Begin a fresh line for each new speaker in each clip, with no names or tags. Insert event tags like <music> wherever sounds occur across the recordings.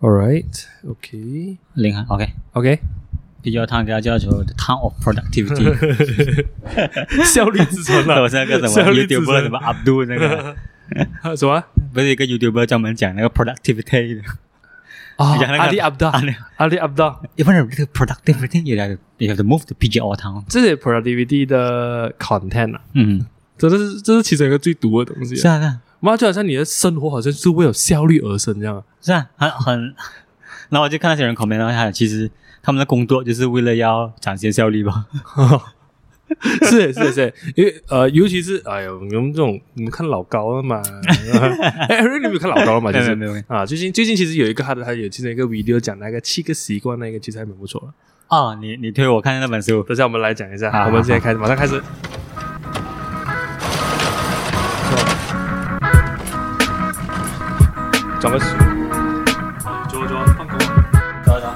All right, OK,
零啊，OK，
OK，
比较汤家叫做 Town of Productivity，
<laughs> 效率之啊城
我
<laughs> 了，
<laughs> 是那个什
效
么
率之
YouTuber 什么
城
Abdul 那 <laughs> 个，
什么
不是有一个 YouTuber 专门讲那个 productivity 的，
<laughs> 啊？
讲那个
阿里阿达
阿里，
阿里阿达，
一般人这个 productivity you have you have to move to PG or town，
这是 productivity 的 content 啊，
嗯，
真的是这是其中一个最毒的东西、
是
啊。
啊是啊
妈，就好像你的生活好像是为了效率而生这 <laughs> 样啊。
是啊，很很，然后我就看那些人 comment，然后还有其实他们的工作就是为了要展现效率 <laughs> 吧，
是是是，因为呃，尤其是哎呦，你们这种你们看老高了嘛？ <laughs> 哎，你们有看老高了嘛？就
没有没有
是
没有没有
啊，最近最近其实有一个他的，他有其中一个 video 讲那个七个习惯，那个其实还蛮不错的。
哦，你你推我看那本书，
等下我们来讲一下，
好
我们现在开始，马上开始。转个水，左左放空，
走走，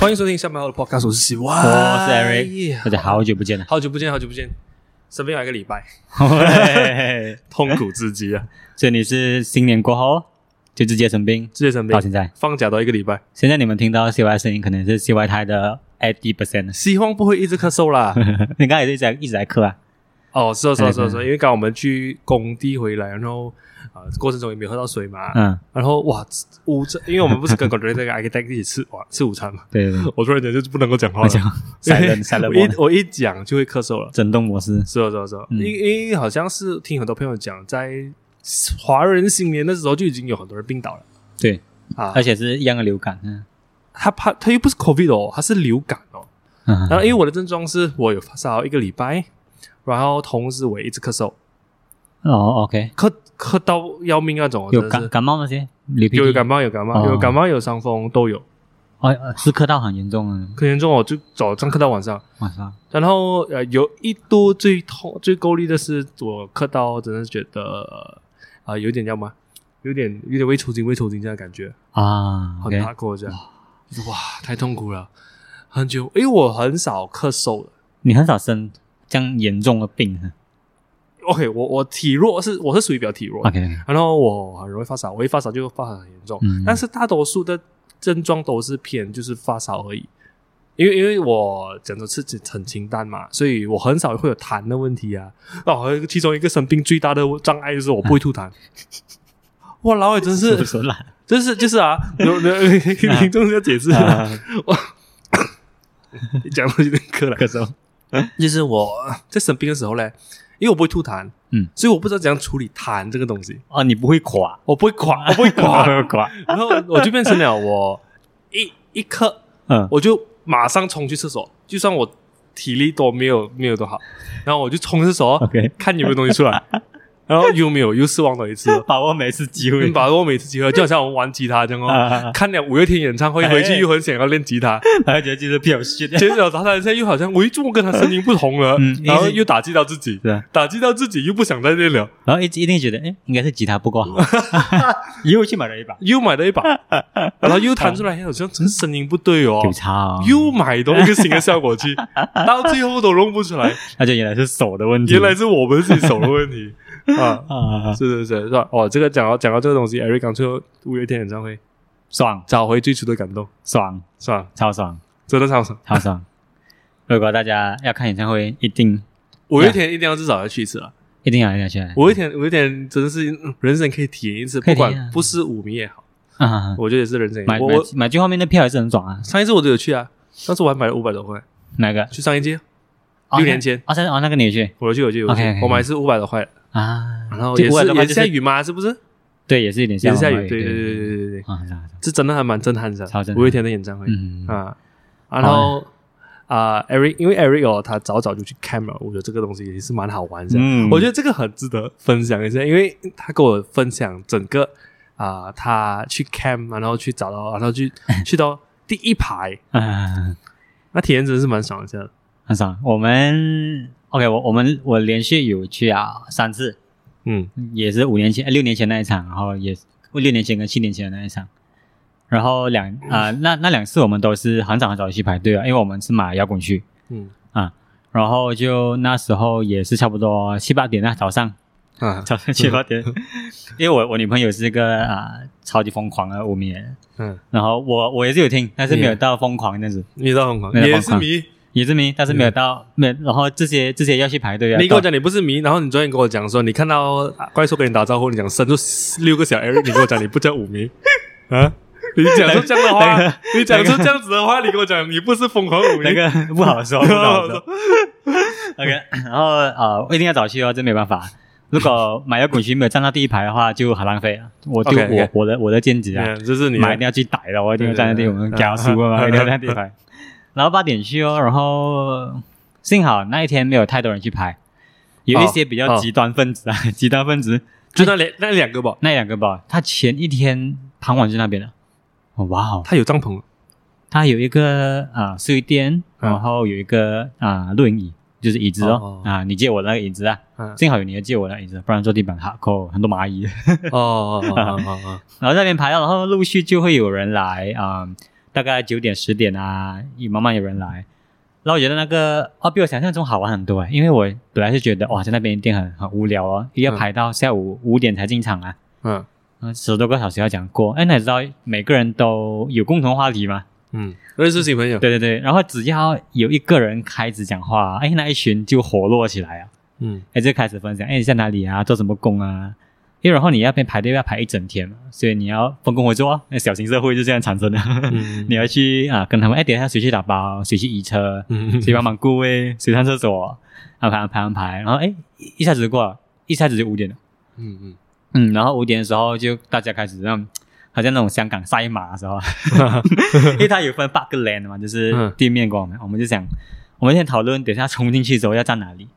欢迎收听下班后的 podcast，我是喜哇，，
哦我是 Eric，大家好久不 <laughs> 见了
好久不见，好久不见，生病了一个礼拜，
嘿
<laughs> 痛苦至极啊！
所以你是新年过后就直接生病
直接生病
到，现在。
放假都一个礼拜，
现在你们听到 CY 声音，可能是 CY 台的 eighty percent。
希望不会一直咳嗽啦。
<laughs> 你刚才也是一直在一直在咳啊？
哦，是哦，是哦，是哦，
嗯
是哦，因为刚好我们去工地回来，然后啊、呃过程中也没有喝到水嘛，
嗯，
然后哇，午餐，因为我们不是跟 Control 那个 architect 一起吃哇吃午餐嘛，
对对对，
我突然间就是不能够讲话
我讲
了，
silent silent
我一
mode
我一讲就会咳嗽了。
震动模式。
是哦，是哦，是哦，因
嗯
因为好像是听很多朋友讲，在华人新年的时候就已经有很多人病倒了
对，
啊
而，且是一样的流感。嗯
他怕他又不是 COVID 哦，他是流感哦，
嗯
然后因为我的症状是我有发烧一个礼拜，然后同时我也一直咳嗽，
哦，OK，
咳咳到要命那种哦，
有
真的
感
是
感冒那些，流鼻涕
有有感冒有感冒
哦
有感冒有伤风都有，
哦，呃是咳到很严重啊！
很严重哦，就早上咳到晚上，
我操，
然后呃有一度最痛最够力的是我咳到真的是觉得啊、呃有点叫什么，有点有点胃抽筋胃抽筋这样的感觉，
啊
很
，OK，
难过这样，哇太痛苦了，很久，因为我很少咳嗽的。
你很少生这样严重的病啊
OK，我我体弱是我是属于比较体弱的
OK，
<laughs> 然后我很容易发烧，我一发烧就发烧很严重，
嗯
但是大多数的症状都是偏就是发烧而已。因为因为我讲的是很清淡嘛，所以我很少会有痰的问题啊。哦，其中一个生病最大的障碍就是我不会吐
<laughs>
痰。哇，老伟真
是不
是，
是懒？
真是就是啊，有
<laughs>
有听众要解释啊，
啊
讲到有点咳了。
咳嗽，
就是我呃在生病的时候嘞，因为我不会吐痰，
嗯，
所以我不知道怎样处理痰这个东西，
哦，你不会垮，
我不会垮，我不会
<laughs>
垮，
垮，
然后我就变成了我一一刻
嗯，
我就马上冲去厕所，就算我体力都没有没有多好，然后我就冲厕所
<laughs> OK。
看有没有东西出来，然后又没有，又失望了一次
把握每次机
<laughs>
会。
把握每次机会，就好像我们玩吉他这样
啊哎
哦。
啊啊
看了五月天演唱会
哎
回去，又很想要练吉他，
然后觉得就是表示
结果打打一下又好像，喂，怎么跟他声音不同了
嗯？
然后
一直
又打击到自己
是啊，
打击到自己又不想再练了，
然后一直一定觉得，哎，应该是吉他不够好，又去买了一 <laughs> 把，
<laughs> 又买了一把，然后又弹出来，好像这声音不对哦，
有差哦，
又买多一个新的效果
<laughs>
器，到最后都弄不出来，
那就原来是手的问题，
原来是我们自己手的问
<laughs>
题啊！
啊，
是是是是吧？哦，这个讲到讲到这个东西，艾瑞刚最后五月天演唱会
爽
找回最初的感动，
爽，
是吧？
超爽，
真的超爽！
超爽。 <laughs> 如果大家要看演唱会，一定
五月天一定要至少要去一次啊！
一定要来去来
五月天五月天真的是嗯人生可以体验一次，
可
不
以体验啊
管不是舞迷也好，
啊！
我觉得也是人生。
买
我
买
我
买最后面的票也是很爽啊，
上一次我都有去啊，上次我还买了五百多块
哪个？
去上一街，
哦
六年前
那哦，三哦，那个你也去
我有去我有去我有去
OK，OK，OK
我买是五百多块，
啊？
然后
就
也
500
是
多块
也是
就是
下雨嘛，是不是？
对，也是有点
也
像
是下
我
雨，
们
对对
对
对对对对对。
啊，很爽很爽
这真的还蛮震撼的
超震，撼
五月天的演唱会、
嗯，
啊，啊然后啊、e r i c 因为 Eric 哦，他早早就去 camera，我觉得这个东西也是蛮好玩的，
嗯
我觉得这个很值得分享一下，因为他跟我分享整个啊、他去 cam，然后去找到，然后
<laughs>
去去到第一排，
啊，
那体验真的是蛮爽一下的，
很爽。我们 OK，我我们我连续有去啊三次，
嗯，
也是五年前、哎六年前那一场，然后也是六年前跟七年前的那一场，然后两啊、那那两次我们都是很早很早去排队啊，因为我们是买摇滚区
嗯
啊，然后就那时候也是差不多七八点啊早上，
啊
早上七八点， <laughs> 因为我我女朋友是个啊、超级疯狂的舞迷，
嗯，
然后我我也是有听，但是没有
嗯
到疯狂这样子，
你到疯狂，
没有
也
疯
是
狂
迷。
也是迷，但是没有到没有，然后这些这些要去排队啊，
你跟我
到
讲你不是迷，然后你昨天跟我讲说你看到怪兽跟你打招呼，你讲伸出六个小 <laughs> Eric，你跟我讲你不叫五迷啊？你讲出这样的话
那个，
你讲出
那
这样子的话，你跟我讲你不是疯狂五迷，
那个不好说，不好说。OK，然后啊、呃我一定要早去哦，这没办法。如果买摇滚区没有站到第一排的话，就很浪费了。我就
OK，OK
我我的我的兼职啊，
嗯这是你
买一定要去逮的，我一定要站在第一，
对
我
对对
们给他输了嘛，
嗯
一定要站在第一排。然后八点去哦，然后幸好那一天没有太多人去排，有一些比较
哦
极端分子啊，极端分子
就那两那两个吧，
那两个吧，他前一天傍晚去那边的，哦哇哦，
他有帐篷，
它有一个啊、呃、睡垫，
嗯
然后有一个啊、露营椅，就是椅子哦
哦哦
啊，你借我那个椅子啊，
嗯
幸好有你要借我那个椅子，不然坐地板哈扣很多蚂蚁。
哦
<laughs>
哦哦哦哦，
然后在那边排到，然后陆续就会有人来啊、大概九点十点啊，也慢慢有人来。然后我觉得那个哦，比我想象中好玩很多诶，因为我本来是觉得哇，在那边一定很很无聊哦，又要排到下午五点才进场啊，
嗯
嗯，十多个小时要讲过。哎，那你知道每个人都有共同话题吗？
嗯，认识新朋友，
对对对，然后只要有一个人开始讲话，哎，那一群就活络起来啊，
嗯
哎，就开始分享，哎，你在哪里啊，做什么工啊？因为然后你要边排队要排一整天嘛，所以你要分工合作啊。那小型社会就这样产生的，
嗯
你要去啊跟他们，哎，等一下谁去打包，谁去移车，
嗯
谁帮忙顾位，谁上厕所，安排安排安排，然后哎一一下子就过了，一下子就五点了，
嗯
嗯，然后五点的时候就大家开始让，好像那种香港赛马的
<laughs>
时候。啊
嗯，
因为它有分八个 lane 嘛，就是
嗯
地面跟我们，我们就想，我们先讨论，等一下冲进去之后要站哪里。
嗯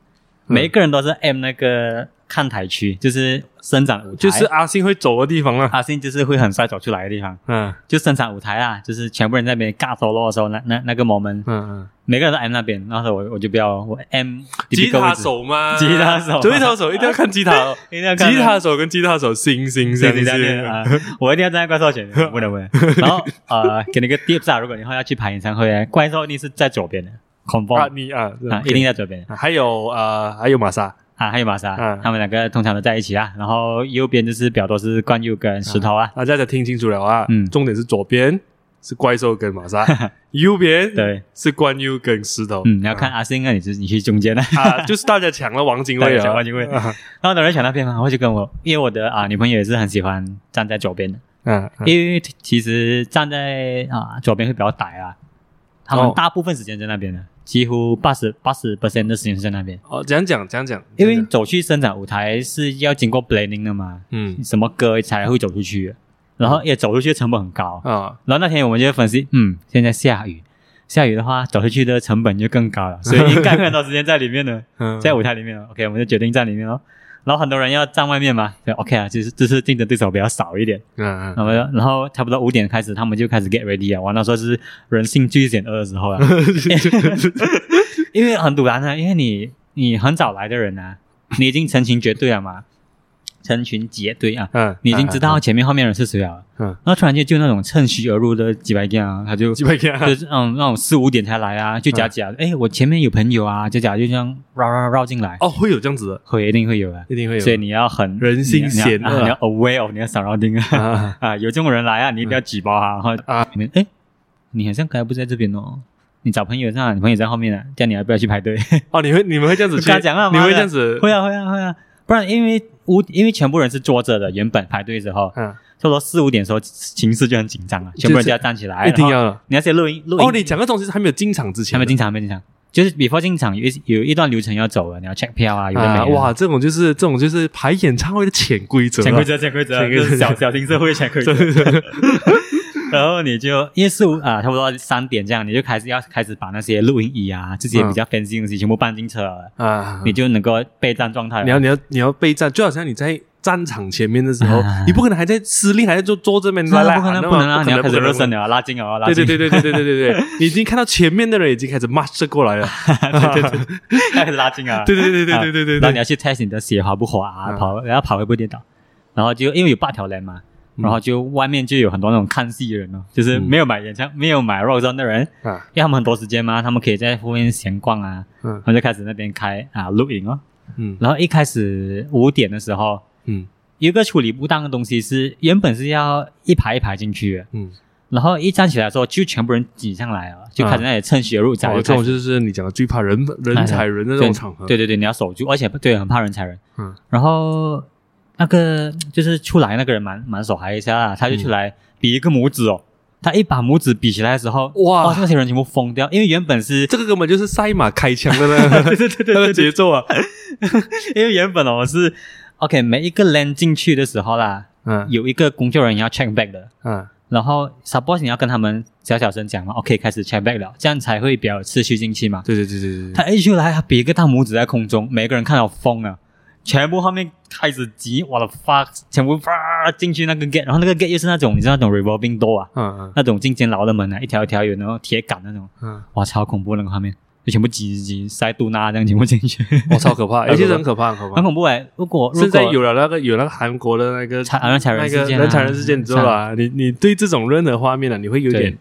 每一个人都是 M 那个看台区，就是生长舞台，
就是啊阿信会走的地方啊了，
阿信就是会很帅走出来的地方，
嗯
就生产舞台啊，就是全部人在那边尬走落的时候，那那那个 moment，、
嗯嗯。
每个人都 M 那边，然后我我就不要我 M
吉他，手吗？
吉他手
吉他手一定 <laughs> 要看吉他，哦
一定要看
吉他手跟吉他手惺
<laughs>
惺
对
相
对对
惜。
啊，我一定要站在怪兽前 <laughs> 面，不能不能。然后呃，给你个 tips 啊，如果你以后要去排演唱会，怪兽一定是在左边的
啊，
，confirm
你啊，
啊，一定在左边。
还有呃，还有玛莎，
啊，还有玛莎，
嗯
他们两个通常都在一起啊。然后右边就是表多是冠佑跟石头啊，
大家就听清楚了啊。
嗯
重点是左边是怪兽跟玛
<laughs>
莎，右边
对，
是关优跟石头。
嗯，你要看阿星啊，你是你去中间啊。
啊， <laughs> 就是大家抢了王精卫
对，
啊，
小花警卫，然
啊
后等人抢那边嘛，我就跟我，因为我的啊女朋友也是很喜欢站在左边的，
嗯，
<laughs>
嗯
因为其实站在啊左边会比较呆啊，他
哦
们大部分时间在那边的，几乎八十八十 percent 的时间是在那边，
哦，讲讲讲讲，
因为走去生长舞台是要经过 planning 的嘛，
嗯
什么歌才会走出去的，然后也走出去的成本很高，
啊，
然后那天我们就分析，嗯，现在下雨，下雨的话走出去的成本就更高了，所以应该会很多时间在里面的，
嗯
在舞台里面了。OK，我们就决定在里面哦。然后很多人要站外面嘛，对，OK 啊，就是就是竞争对手比较少一点。
嗯嗯，
然后然后差不多五点开始，他们就开始 get ready 啊，玩到说是人性最险恶的时
<laughs>
候啊，因为很堵然啊，因为你你很早来的人啊，你已经成群结队了
<laughs>
嘛，成群结队啊，
嗯，
你已经知道前面后面人是谁了。
嗯
嗯，然后突然间就那种趁虚而入的几百个啊，他就
几
<laughs> 就
百个啊，
是嗯那种四五点才来啊，就假假哎、我前面有朋友啊，假假就这样绕绕绕进来，
嗯哦，会有这样子的，
会一定会有的。
一定会有，
所以你要很
人性
你要
险恶
你要啊你要 aware of 你的 surrounding 啊
啊
<laughs> 啊，有这种人来啊，你一定要举报啊，然后
啊
啊，你们哎，你好像刚才不在这边哦，你找朋友上，你朋友在后面啊，这样你要不要去
<laughs>
排队？
哦，你会你们会这样子去
跟他讲啊
你
妈
会
的
这样子，
会啊会啊会啊，不然因为无因为全部人是坐着的，原本排队之后，
嗯，
差不多四五点的时候，情势就很紧张了，啊全部人就要站起来，
一定
然后
要的。
你那些录音录音，
哦，你讲的东西是还没有进场之前
还
的，
没进场，还没进场，就是 before 进场有一有一段流程要走了，你要 check 票啊，有的没
啊！
的。
哇，这种就是这种就是排演唱会的潜规则啊，
潜规则，潜规则，
潜规则
就是小小型社会潜规则。 <laughs> 然后你就因为四五啊，差不多三点这样，你就开始要开始把那些录音椅啊这些比较
嗯
fancy 的东西全部搬进车了，
啊！
你就能够备战状态了。
你要你要你要备战，就好像你在战场前面的时候
啊，
你不可能还在司令还在做坐这边
那
来来
不可能，
喊
不能啊！
不
你
可
要
能
开始热身
的。
了，拉筋哦了，拉
对
筋。
对对对对对对对对，你已经看到前面的人已经开始 march 过来了。
<laughs> 对对对，开始拉筋
<laughs>
啊！
对对对对对对对对
然后你要去 test 你的鞋滑不滑啊，
嗯
跑然后跑会不会跌倒，然后就因为有八条人嘛，然后就外面就有很多那种看戏的人哦，就是
嗯
没有买演唱没有买 rock 装的人，
啊
因为他们很多时间嘛，他们可以在后面闲逛啊，
嗯
然后就开始那边开啊录影哦，
嗯
然后一开始五点的时候，
嗯
有一个处理不当的东西是原本是要一排一排进去的，
嗯，
然后一站起来的时候就全部人挤上来了，就开始那里趁虚而入，早
我
就
哦这
开
种
始
就是你讲的最怕人人踩人的那种场合，
对对对，你要守住，而且对很怕人踩人。
嗯
然后那个就是出来那个人蛮蛮手嗨一下啦，他就出来比一个拇指哦，他一把拇指比起来的时候，
哇
那些人全部疯掉，因为原本是
这个根本就是赛马开枪的那个
<laughs> 对对
那个节奏啊，
<laughs> 因为原本哦是 OK 每一个 land 进去的时候啦，
嗯
有一个工作人员要 check back 的。
嗯
然后 suppose 你要跟他们小小声讲嘛，OK 开始 check back 了，这样才会比较有次序进去嘛。
对对对对对对，
他一出来，他比一个大拇指在空中，每个人看到疯了，全部后面开始急，我的 fuck，全部啪进去那个 gate，然后那个 gate 又是那种你知道那种 revolving door 啊，
嗯嗯
那种进监牢的门啊，一条一条有那种铁杆那种，
嗯，
哇，超恐怖那个画面，就全部挤挤挤塞杜娜这样全部进去，
我超可怕，
很可怕
有些人很可怕很可
很
怕。
恐怖哎、如果
现在
如
有
果
了那个有那个韩国的那个
踩人踩人
那
事
个
件、啊，
人踩人事件之后
像
啊，你你对这种任何画面呢，你会有点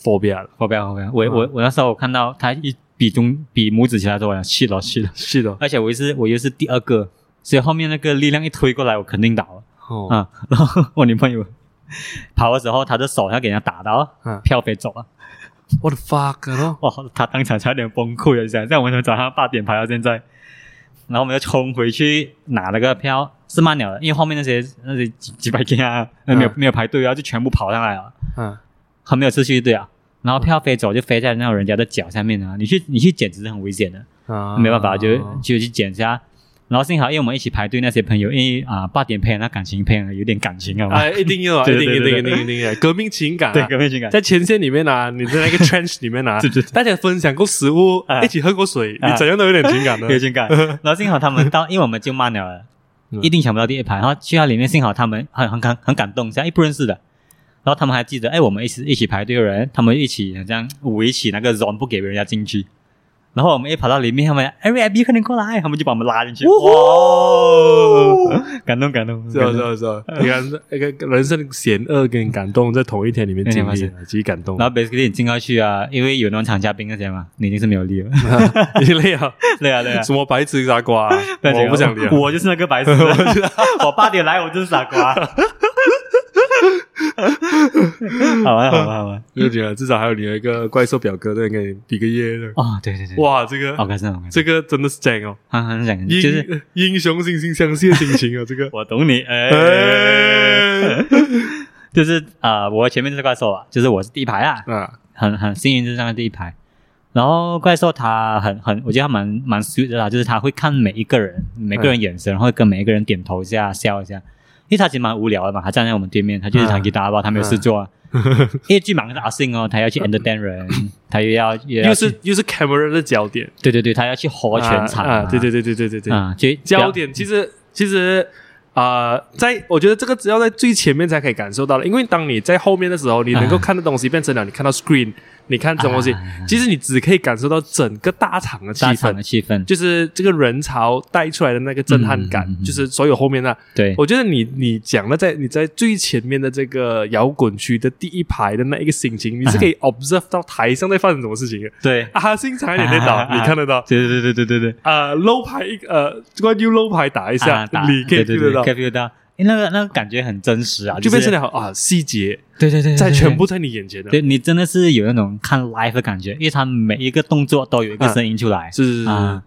phobia 了。
我不要，我不要，我我我那时候我看到他一比中比拇指起来之后，我想去了去了，
是的，
而且我又是我又是第二个，所以后面那个力量一推过来，我肯定倒了
哦，
啊、然后我女朋友跑的时候，她的手要给人家打到，
嗯
飘飞走了，
我的 fuck 咯，
哇，她当场差点崩溃了，想像我们从早上八点排到现在，然后我们就冲回去拿那个票，是慢了的，因为后面那些那些几几百个啊，没有、
嗯
没有排队啊，就全部跑上来了。
嗯
很没有秩序，对啊。然后票飞走就飞在那种人家的脚下面啊，你去你去捡只是很危险的，
嗯啊，
没办法就就去捡一下。然后幸好因为我们一起排队那些朋友，因为啊八点配那感情配有点感情啊嘛，
哎，一定要啊，一
对
定一
对
定
对
一定一定，革命情感啊，
<laughs> 对革命情感。
在前线里面啊，你在那个 trench 里面啊
对对，
大家分享过食物
啊，
一起喝过水，
啊
你怎样都有点情感的
有。情感。然后幸好他们到，因为我们就慢了，
嗯
一定抢不到第一排。然后去到里面，幸好他们很很感很感动，像哎不认识的。然后他们还记得，哎，我们一起一起排队的人，他们一起好像围起那个 zone 不给人家进去。然后我们一跑到里面，他们哎 a b 快点过来，他们就把我们拉进去。哇，感动感动，
是啊是啊是啊，你看那个人生险恶跟感动在同一天里面经历，极感动，
然后 basically 你进到去啊，因为有暖场嘉宾那些嘛，你已经是没有力了。
你累啊？
对啊对啊
什，么白痴傻瓜 <laughs> 啊，
不要紧
我不想理啊。
<laughs> 我就是那个白痴，我八点来我就是傻瓜。 <laughs> 好玩好玩啊好玩
就觉得至少还有你的一个怪兽表哥在跟你比个耶哦的。
哦，对对
<laughs>
对，哦
哇，这个
好开心好开心，
这个真的是这样哦，
很很想
英
就是。
英雄惺惺相惜的心情啊，这个
我懂你，
<laughs>
哎
哎，
就是啊，我前面这个怪兽啊，就是我是第一排啊，
啊，
很很幸运就是站在第一排。然后怪兽他很很，我觉得他蛮蛮 sweet 的啦，就是他会看每一个人，每个人眼
嗯
神，然后跟每一个人点头一下，笑一下。因为他其实蛮无聊的嘛，他站在我们对面，他
啊
就是弹吉他
嗯
吧，他没有
<laughs>
事做啊。因为最忙的是阿信哦，他要去 entertain 人，他又要又要
又
去
是又是 camera 的焦点，
对对对，他要去活全场
啊，啊对对
对
对对对对对，
啊，就
焦点其实其实啊、呃在我觉得这个只要在最前面才可以感受到了，因为当你在后面的时候，你能够
啊
看的东西变成了你看到 screen，你看这种东西，
啊
其实你只可以感受到整个大场的气
大场
氛
的。气氛，
就是这个人潮带出来的那个震撼感，
嗯嗯嗯嗯
就是所有后面的，
对
我觉得你你讲的在你在最前面的这个摇滚区的第一排的那一个心情，
啊
你是可以 observe 到台上在发生什么事
<laughs>
情的。
对，
啊，经常一点跌倒，<laughs>
啊
你看得到，
对对对对对对对，
呃 low 牌一呃关于 low 牌打一下，
啊打
你可以
对对
feel
对
得到，
可以 feel 到，因为那个那个感觉很真实啊，
就变
是
成了啊细节
对对对，对
在
对
全部在你眼前的，
对你真的是有那种看 live 的感觉，因为他每一个动作都有一个声音出来，
嗯是是是是
啊，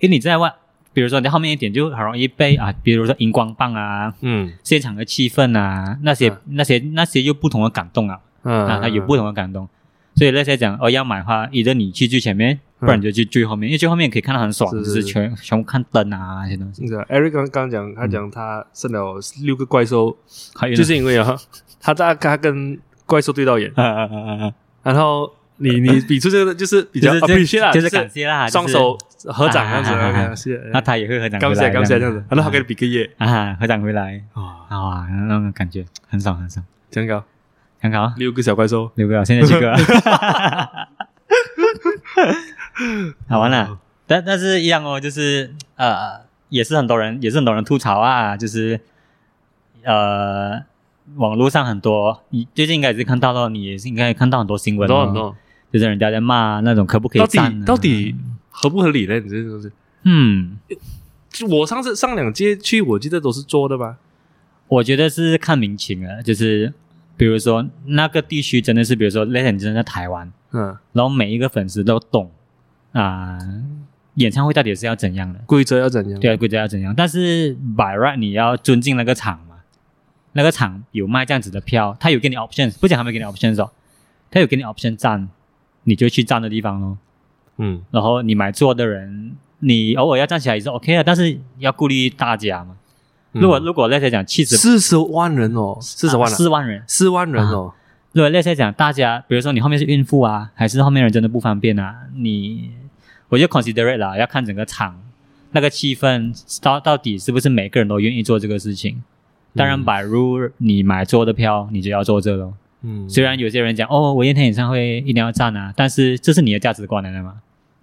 因为你在外，比如说你在后面一点就很容易被啊，比如说荧光棒啊。
嗯
现场的气氛啊，那些、
嗯
那些那些又不同的感动啊，啊，它
嗯，
有不同的感动，所以那些讲哦要买的话，either 你去最前面，不然你就去最后面，因为最后面可以看到很爽，
嗯是
就是是
是
全全部看灯啊那些东西，
那个 Eric 刚刚讲，他讲他剩了六个怪兽，
还有
就是因为啊，他大他跟怪兽对到眼，
啊啊啊啊啊，
然后你呃你比出这个就是比
<laughs> 就
较
是这
appreciate 啦，
就是感谢啦，
双
就是
手合掌这样子
啊啊啊啊啊
，OK，是，
那他也会很想
感
回
谢
来
感谢这样子，然后他给你比个耶，
啊，会长回来
啊，
啊，那那种感觉很爽很爽，
真搞
很好啊，
六个小怪兽，
六个，现在七
<laughs>
个啊，好玩
哦
啦。但但是一样哦，就是呃，也是很多人也是很多人吐槽啊，就是呃，网络上很多，你最近应该也是看到了，你也是应该看到很多新闻、
很
哦，
多很多，
就是人家在骂那种可不可以
到
站、啊
底，到底合不合理呢？你这东西。
嗯，
我上次上两届去，我记得都是做的吧？
我觉得是看民情了，就是比如说那个地区真的是，比如说 l e t 真的在台湾，
嗯，
然后每一个粉丝都懂啊、演唱会到底是要怎样的，
规则要怎样？
对啊，规则要怎样。但是 by right 你要尊敬那个场嘛，那个场有卖这样子的票，他有给你 options，不讲他没给你 options 哦，他有给你 option 站，你就去站的地方咯。
嗯，
然后你买座的人，你偶尔要站起来也是 OK 的，但是要顾虑大家嘛。
嗯
如果如果那些讲七十
四十万人哦，四十万人，
四万人，
四万人哦，
如果类似讲大家，比如说你后面是孕妇啊，还是后面人真的不方便啊，你我就 considerate 啦，要看整个场那个气氛到到底是不是每个人都愿意做这个事情。当然
嗯
，by rule 你买座的票，你就要做这咯。
嗯，
虽然有些人讲哦，我今天演唱会一定要站啊，但是这是你的价值观来的嘛。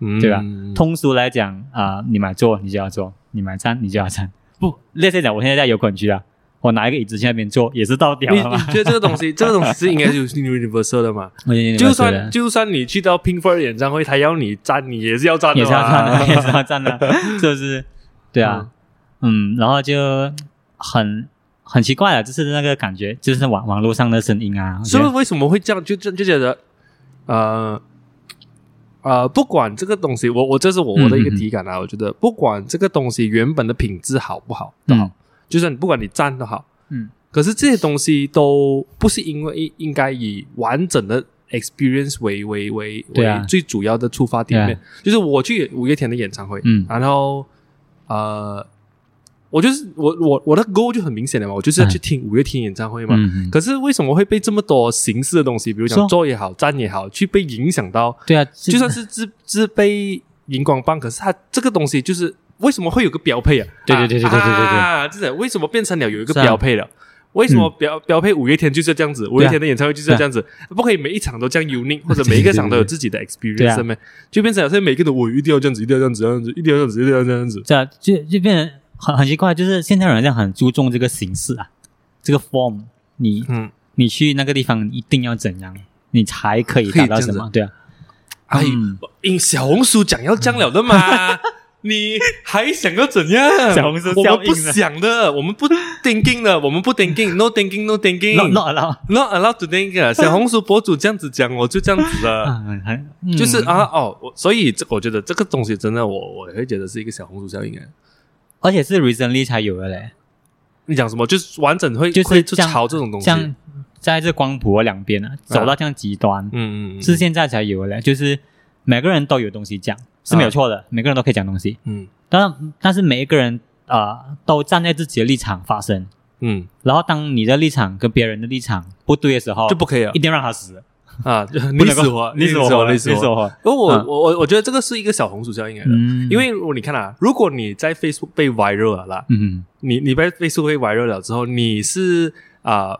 嗯
对吧通俗来讲啊、你买座你就要坐，你买站你就要站。不，类似讲，我现在在有款区啊，我拿一个椅子去那边坐也是到点
你
了
你
嘛。
觉得这个东西，这个东西是应该就是 <laughs> universal 的嘛？
<laughs> 我觉得你们
就
说的
算就算你去到 Pink Floyd 演唱会，他要你站，你也是要站的
也是要站
嘛
的， <laughs> 也是要站的，是不是？对啊，嗯然后就很很奇怪了，啊就是那个感觉，就是网网络上的声音啊，我觉
<laughs>
<laughs>
所以
得
为什么会这样？就就就觉得，呃呃，不管这个东西，我我这是我
嗯
我的一个体感啊，我觉得不管这个东西原本的品质好不好都好，
嗯
就算不管你站都好，
嗯，
可是这些东西都不是因为应应该以完整的 experience 为为为
对啊
为最主要的出发点
对啊
就是我去五月天的演唱会，
嗯
然后呃。我就是我我我的 goal 就很明显了嘛，我就是要去听五月天演唱会嘛。
嗯，嗯
可是为什么会被这么多形式的东西，比如
说
讲坐也好、站也好，去被影响到？
对啊，
就
<laughs>
算是自自备荧光棒，可是它这个东西就是为什么会有个标配啊？
对对对对对对对对
啊！真的，为什么变成了有一个
是啊
标配了？为什么标标配五月天就是这样子？五月天的演唱会就是这样子，不可以每一场都这样
<laughs>
unique，或者每一个场都有自己的
对啊
experience 咩？就变成了现在每个人我一定要这样子，一定要这样子，这样子，一定要这样子，一定要这样子。
这啊就就变得很很奇怪，就是现在人好像很注重这个形式啊，这个 form，你
嗯，
你去那个地方你一定要怎样，你才可以
可以
达到
这样
什
子
么？对啊，
哎
嗯，
因小红书讲要降了的
<laughs>
嘛，你还想要怎样？
小红书
我
效
们
应
不
呢
想的，我们不 thinking 的，我们不 thinking，no thinking，no
not
thinking，not
not allow，
allowed to think
<laughs>
的。小红书博主这样子讲，我就这样子了。
啊很嗯
就是啊哦，我所以这我觉得这个东西真的，我我会觉得是一个小红书效应啊。
而且是 recently 才有的嘞。
你讲什么？就是完整会
就是
会去
这样
炒这种东西。
像在这光谱两边啊，走到这样极端，
嗯嗯嗯
是现在才有的嘞。就是每个人都有东西讲，是
啊
没有错的，每个人都可以讲东西。
嗯
但但是每一个人啊、呃都站在自己的立场发声。
嗯，
然后当你的立场跟别人的立场不对的时候，
就不可以了
哦一定要让他死，
啊！就
不
你
能够
死我，
你
死
死我活，
你
你
死
死
我。
我活。
而我
嗯
我我我觉得这个是一个小红书效应来的。
嗯
因为如果你看啊，如果你在 Facebook 被 viral 了啦，
嗯
你你被 Facebook 被 viral 了之后，你是啊、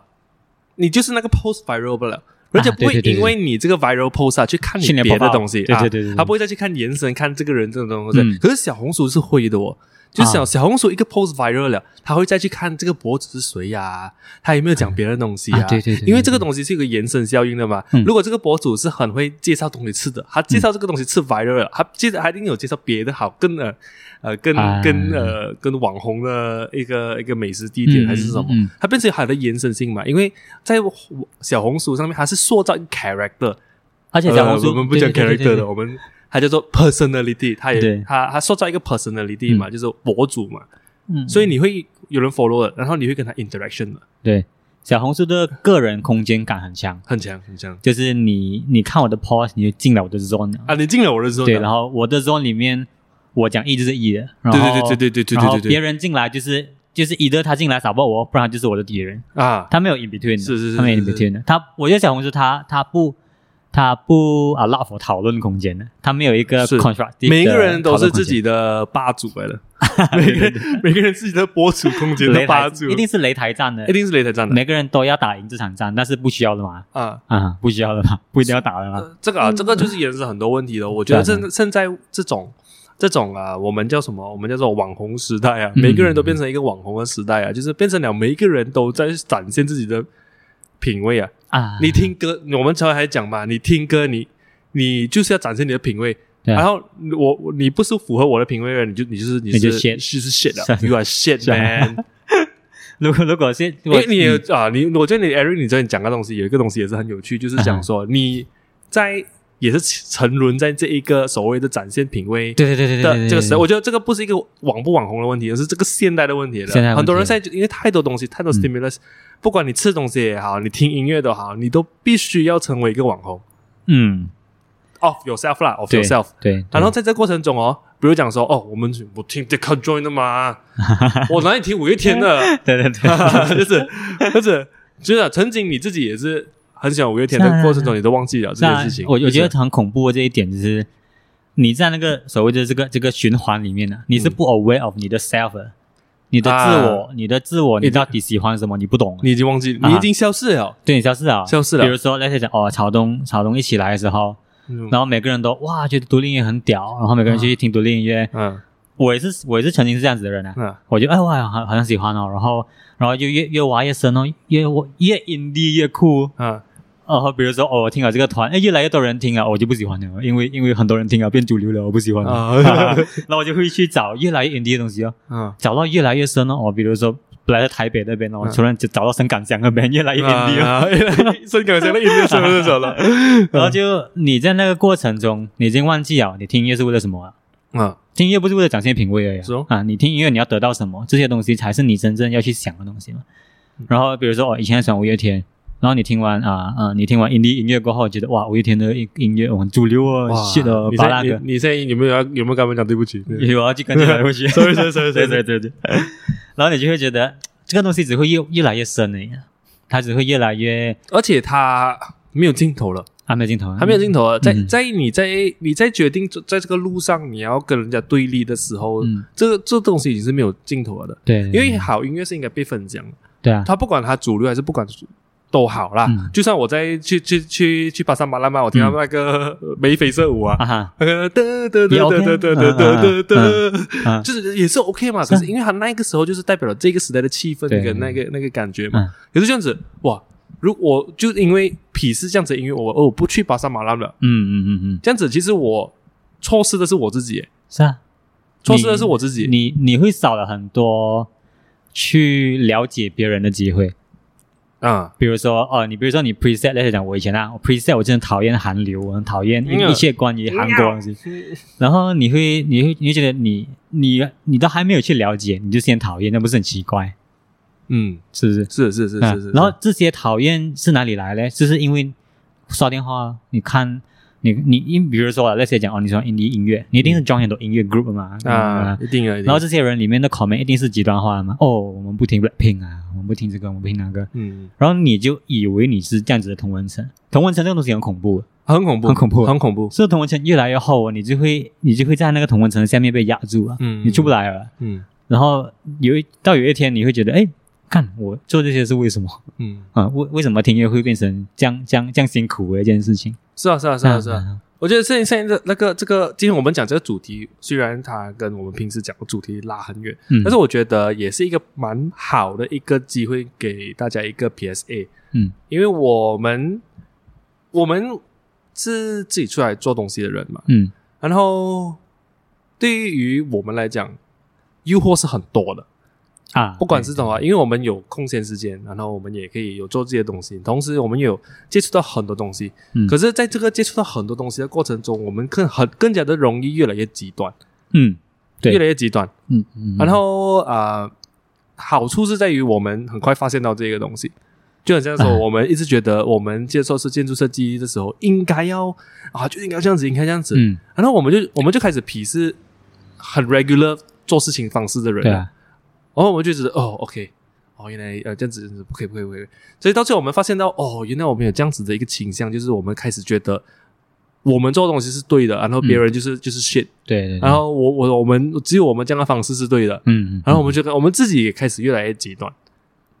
你就是那个 post viral 不了。人家
啊
不会
对对对对
因为你这个 viral post 啊去看
训
你
练
别的
profile
东西，
对对
啊
对对对
他不会再去看延伸、看这个人这种东西。
嗯
可是小红书是会的哦，就是小、
啊
小红书一个 post viral 了，他会再去看这个博主是谁呀、他有没有讲别的东西
啊对对对对
因为这个东西是有个延伸效应的嘛。
嗯
如果这个博主是很会介绍东西吃的，他介绍这个东西吃 viral 了，他介绍他一定有介绍别的好更呃呃更
啊
跟呃跟网红的一个一个美食地点
嗯
还是什么，
嗯嗯
它变成有它的延伸性嘛。因为在小红书上面，它是塑造一个 character，
而且小红
呃
书
我们不讲
对对
character
对
的，
对对
我们它叫做 personality，它也
对
它它塑造一个 personality 嘛，就是博主嘛，
嗯，
所以你会有人 follow 的，然后你会跟他 interaction 的，
对小红书的个人空间感很强，
很强很强
就是你你看我的 post，你就进了我的 zone 了
啊！你进了我的时候呢，
对，然后我的 zone 里面，我讲一就是一的，然
对
后
对对对对对
然后
对对
别
对
人进来就是就是一的他进来扫爆我，不然他就是我的敌人，
啊，
他没有 in between，的
是是是
他没有 in
是是
between 的，他我觉得小红书他他不他不啊 love 讨论空间的，他没有一个
是
constructive，
每一个
的
人都
讨
是
论空
自
间
己的霸主来的，每个人每个人自己
<laughs>
的博主空间的
擂
霸
台
主，
一定是擂台战的
一，定是擂台战的
每个人都要打赢这场战，但是不需要的嘛，
啊。
啊，不需要的嘛，不一定要打的嘛，
呃这个啊，这个就是延伸很多问题的。我觉得
嗯对啊
现现在这种这种啊，我们叫什么？我们叫做网红时代啊，
嗯
每个人都变成一个网红的时代啊，就是变成了每一个人都在展现自己的品味啊。
啊，
你听歌，我们才还讲嘛，你听歌，你你就是要展现你的品味。
对啊
然后我我你不是符合我的品味的，你就你就是你
你就是 shit
就是 shit
<laughs>
了
是
，you are shit man。
如果如果是，
因
如果嗯
为你有啊，你我觉得你 Eric，你昨天讲的东西有一个东西也是很有趣，就是
嗯
讲说你在也是沉沦在这一个所谓的展现品味
对对对对对
的
对，
这个时代，
对
我觉得这个不是一个网不网红的问题，而是这个现代的问题了。
现代问题嗯
很多人现在就因为太多东西，太多 stimulus，、不管你吃东西也好，你听音乐都好，你都必须要成为一个网红
嗯，
of yourself 啦，of
对
yourself。
对，
然后在这过程中哦，比如讲说哦，我们我听 The Conjoin 的
<laughs>
嘛，我哪里听五月天的？
对对
<laughs>
对，
就是就是就是啊，曾经你自己也是很喜欢五月天
是
的
啊
过程中，你都忘记了这件
那
事情。
我我觉
就是
得很恐怖的这一点就是，你在那个所谓的这个这个循环里面呢、你是
嗯
不 aware of 你的 self，的你的自我，你的自我，
啊你
你到底喜欢什么，你不懂，
你已经忘记，
啊
你已经消失了。
对你消失了，
消失了
比如说那些讲哦，草东草东一起来的时候，
嗯
然后每个人都哇觉得独立音乐很屌，然后每个人
啊
就去听独立音乐。
嗯
我也是我也是曾经是这样子的人啊，
嗯
我就哎哇很很喜欢哦，然后然后就越越挖越深哦，越挖越 indie 越酷，
嗯，
然后比如说哦，我听了这个团，哎，越来越多人听了，我就不喜欢了，因为因为很多人听了变主流了，我不喜欢了。
啊
<laughs> 然后我就会去找越来越 indie 的东西哦，
嗯，
找到越来越深哦。我比如说本来在台北那边哦，我
嗯
突然就找到深港乡那边越来越 indie 哦，
啊， <laughs> 深港现在一定说是什了？
<laughs> 然后就你在那个过程中，你已经忘记了你听音乐是为了什么啊了。
嗯
听音乐不是为了展现品味而已啊
是哦
啊！你听音乐你要得到什么？这些东西才是你真正要去想的东西嘛。
嗯
然后比如说，我、哦以前喜欢五月天，然后你听完啊啊，你听完 indie 音乐过后，觉得哇，五月天的音音乐哦很主流哦，
哇
是的，
你
巴拉
现在
格，
你你现在有没有要有没有跟他们讲对不起？
<laughs> 我要去跟着来
<laughs>
回去，
sorry sorry sorry
对
sorry，
对对对。然后你就会觉得这个东西只会越越来越深而已啊，它只会越来越
而且他没有尽头了。
啊，没有尽头啊，
还没有尽头啊！在
嗯
在你在你在决定在这个路上你要跟人家对立的时候，
嗯
这个这东西已经是没有尽头了的。
对，
因为好音乐是应该被分享的，
对啊，
它不管它主流还是不管都好啦。
嗯
就像我在去去去去巴沙马拉嘛，我听到那个呃眉飞色舞啊，
啊哈，
那个得得得
也
得
OK
得得得得得 <laughs>
嗯
得，
嗯
就是也是 OK 嘛。可是因为他那个时候就是代表了这个时代的气氛
对
跟那个那个感觉
嗯
嘛。可是这样子哇，如我就因为鄙视这样子的音乐，我我不去巴沙马拉了。
嗯嗯嗯嗯，
这样子其实我错失的是我自己耶，
是啊。
错失的是我自己。
你你会少了很多去了解别人的机会。
啊，
比如说，哦，你比如说你 preset 那些讲，我以前啊，我 preset 我真的讨厌韩流，我很讨厌
嗯
一一切关于韩国的东西。
嗯
然后你会你会你会觉得你你你都还没有去了解，你就先讨厌，那不是很奇怪，
嗯，
是不是？
是是是
啊
是是。
然后这些讨厌是哪里来嘞？就是因为刷电话，你看。你你因比如说啊那些讲哦，你说你音乐，你一定是 join 很多音乐 group 的嘛
啊，一定啊，一定
嗯然后这些人里面的 comment 一定是极端化的嘛？哦，我们不听 Blackpink 啊，我们不听这个，我们不听那个。
嗯，
然后你就以为你是这样子的同文层，同文层这个东西很恐怖，
很恐怖，
很恐怖
很恐怖。
所以同文层越来越厚，你就会你就会在那个同文层下面被压住啊，
嗯
你出不来了。
嗯
然后有一到有一天你会觉得，哎，看我做这些是为什么
嗯，
啊？为为什么听音乐会变成这样这样这样辛苦的一件事情？
是啊是啊是啊是啊。
啊，
我觉得现在现在的那个这个，今天我们讲这个主题，虽然它跟我们平时讲的主题拉很远，
嗯，
但是我觉得也是一个蛮好的一个机会，给大家一个 PSA。
嗯，
因为我们我们是自己出来做东西的人嘛，
嗯
然后对于我们来讲，诱惑是很多的，
啊，
不管是什么，因为我们有空闲时间，然后我们也可以有做这些东西，同时我们也有接触到很多东西。
嗯
可是，在这个接触到很多东西的过程中，我们更很更加的容易越来越极端，
嗯对
越来越极端。
嗯嗯，
然后啊、呃好处是在于我们很快发现到这个东西。就很像说，
啊
我们一直觉得我们接受是建筑设计的时候，应该要啊，就应该这样子，应该这样子。
嗯
然后我们就我们就开始鄙视很 regular 做事情方式的人，
对啊，
然后我们就觉得哦，OK，哦，原来呃这样子这样子不可以，不可以，不可以。所以到最后我们发现到哦，原来我们有这样子的一个倾向，就是我们开始觉得我们做的东西是对的，然后别人就是、就是 shit，
对对，对
然后我我我们只有我们这样的方式是对的，
嗯，嗯
然后我们觉得我们自己也开始越来越极端。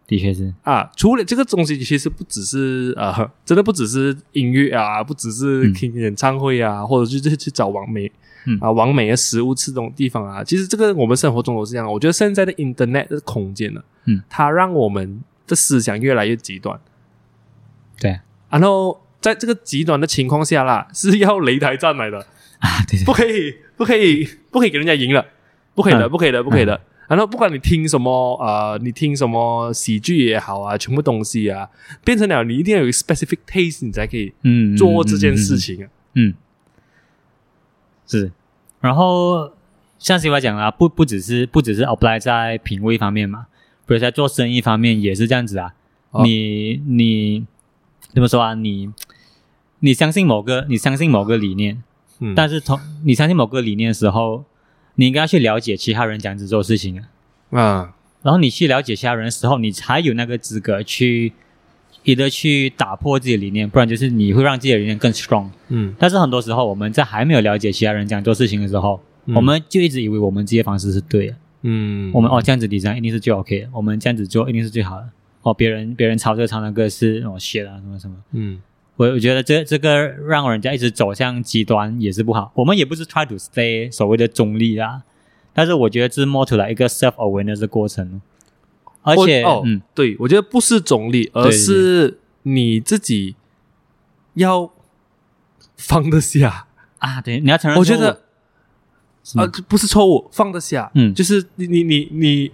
的确是
啊，除了这个东西，其实不只是呃， <laughs> 真的不只是音乐啊，不只是
嗯
听演唱会啊，或者就是去找完美，
嗯
啊，完美的食物吃这种地方啊，其实这个我们生活中都是这样。我觉得现在的 Internet 的空间呢，
嗯，
它让我们的思想越来越极端，
对啊。
然后在这个极端的情况下啦，是要擂台战来的
啊，对对
不可以，不可以，不可以给人家赢了，不可以的，
嗯
不可以的，不可以的。然后不管你听什么，呃，你听什么喜剧也好啊，全部东西啊，变成了你一定要有 specific taste，你才可以
嗯，嗯
做这件事
情。嗯嗯
情啊。
嗯，是。然后像西瓜讲啦，不不只是不只是 apply 在品味方面嘛，比如在做生意方面也是这样子啊。
哦
你你怎么说啊？你你相信某个你相信某个理念，
嗯，
但是同你相信某个理念的时候，你应该要去了解其他人怎样子做事情啊。
啊，
然后你去了解其他人的时候，你才有那个资格去，一的去打破自己的理念，不然就是你会让自己的理念更 strong。
嗯，
但是很多时候，我们在还没有了解其他人讲做事情的时候，
嗯
我们就一直以为我们这些方式是对的。
嗯，
我们哦这样子 design 一定是最 OK 的，我们这样子做一定是最好的。哦，别人别人抄这个抄那个是哦 shit 啊什么什么。
嗯，
我我觉得这这个让人家一直走向极端也是不好。我们也不是 try to stay 所谓的中立啦，但是我觉得这是 more to 来一个 self awareness 的过程。而且，
我哦，
嗯，
对，我觉得不是总理，而
对对
是你自己要放得下。
啊，对，你要承认，
我觉得，
是吗
啊，不是错误，放得下，
嗯
就是你你你你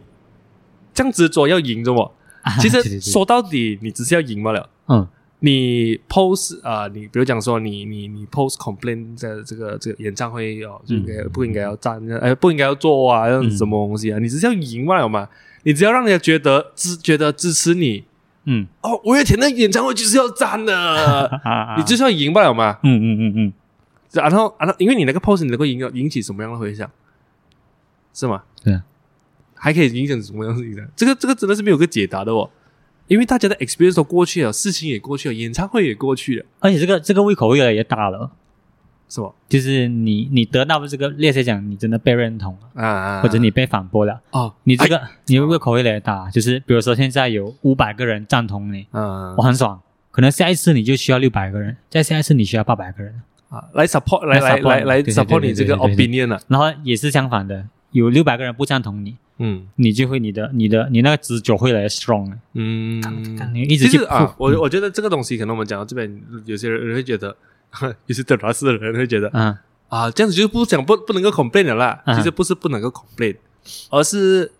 这样子做要赢着我。
啊
其
对对
实
对
说到底，你只是要赢罢了。
嗯
你 post 啊、你比如讲说你你你 post complain 在这个这个演唱会哦，就应该、
嗯
不应该要站，哎，不应该要做啊，这样子什么东西啊？你只是要赢罢了嘛，你只要让人家觉得支觉得支持你
嗯
哦，五月天的演唱会就是要站
<laughs>
的，
啊啊，
你就是要赢罢了嘛。
嗯嗯嗯嗯，
然后然后因为你那个 post 你能够引引起什么样的回响，是吗？
对啊，
还可以影响什么样的事情呢？这个这个真的是没有个解答的哦，因为大家的 experience 都过去了，事情也过去了，演唱会也过去了，
而且这个这个胃口越来越大了。
是吧？
就是你你得到的这个列车奖，你真的被认同了，
啊啊，啊
或者你被反驳了，
哦，
你这个、你会不会口味来大？就是比如说现在有五百个人赞同你，
嗯
我很爽，可能下一次你就需要六百个人，再下一次你需要八百个人，
啊，来 support 来来
support
来来
对对
support
对
你这个
对对对
opinion 啊，
然后也是相反的，有六百个人不赞同你，
嗯
你就会你的你的你那个直觉会来得 strong，了
嗯。
你一
其
直去嗯
实啊，
push
我我觉得这个东西，可能我们讲到这边，有些人会觉得， <laughs> 有些德拉斯的人会觉得，
嗯
啊，这样子就是不讲不不能够 complain 了啦。
嗯
其实不是不能够 complain，而是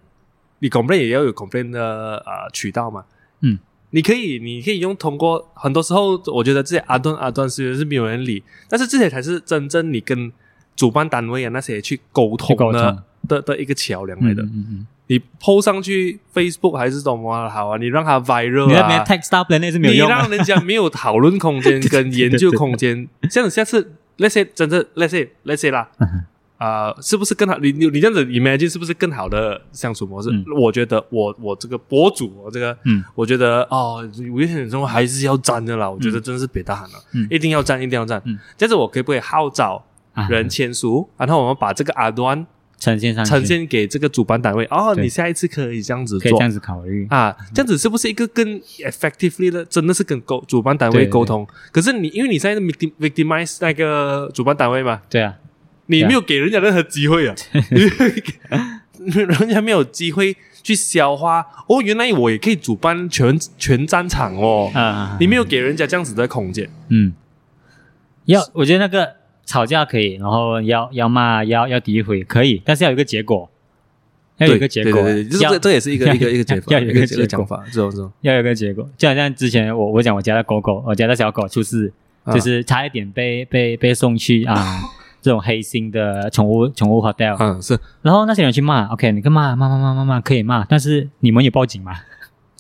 你 complain 也要有 complain 的呃渠道嘛。
嗯，
你可以你可以用通过很多时候，我觉得这些阿段阿段虽然是没有人理，但是这些才是真正你跟主办单位啊那些去沟通
去沟
的
通
的的一个桥梁来
嗯
的。
嗯嗯，
你 PO 上去 Facebook 还是什么好啊？你让它 viral 啊，
你那边 tag star plan 那是没有
你
用啊
让
的，
人家没有讨论空
<laughs>
间跟研究空间，这样子下次 let's say 真的 let's say let's say 啦
嗯哼，
啊、是不是更好？你你你这样子 imagine 是不是更好的相处模式？
嗯
我觉得我我这个博主，我这个
嗯
我觉得哦，五月天演唱会还是要站的啦，我觉得真的是别大喊了，
嗯
一定要站，一定要站。
嗯
这样子我可不可以号召
啊
人签署，然后我们把这个 R 端
呈现上去
呈现给这个主办单位？哦，
对
你下一次可以这样子
可以
做
这，样子考虑，
啊，这样子是不是一个更 effectively 的？真的是跟沟主办单位
对对
沟通。可是你因为你现在 victim victimize 那个主办单位嘛，
对啊，
你
对啊
没有给人家任何机会啊，你 <laughs> 人家没有机会去消化。哦，原来我也可以主办全全战场哦，
啊，
你没有给人家这样子的空间。
嗯，要我觉得那个吵架可以，然后要要骂，要要诋毁可以，但是要有一个结果，要有一个结果，
对对对，就是
要
这这也是一个
<laughs> 要
一个一个解法，
要有一
一
个
个
结
一
果
个讲法，这种这种，
要有一个结果。就好像之前我我讲我家的狗狗，我家的小狗出事，
啊
就是差一点被被被送去啊。
<laughs>
这种黑心的宠物宠物 hotel，、
嗯，是
然后那些人去骂，OK，你跟骂骂骂骂骂骂可以骂，但是你们也报警嘛，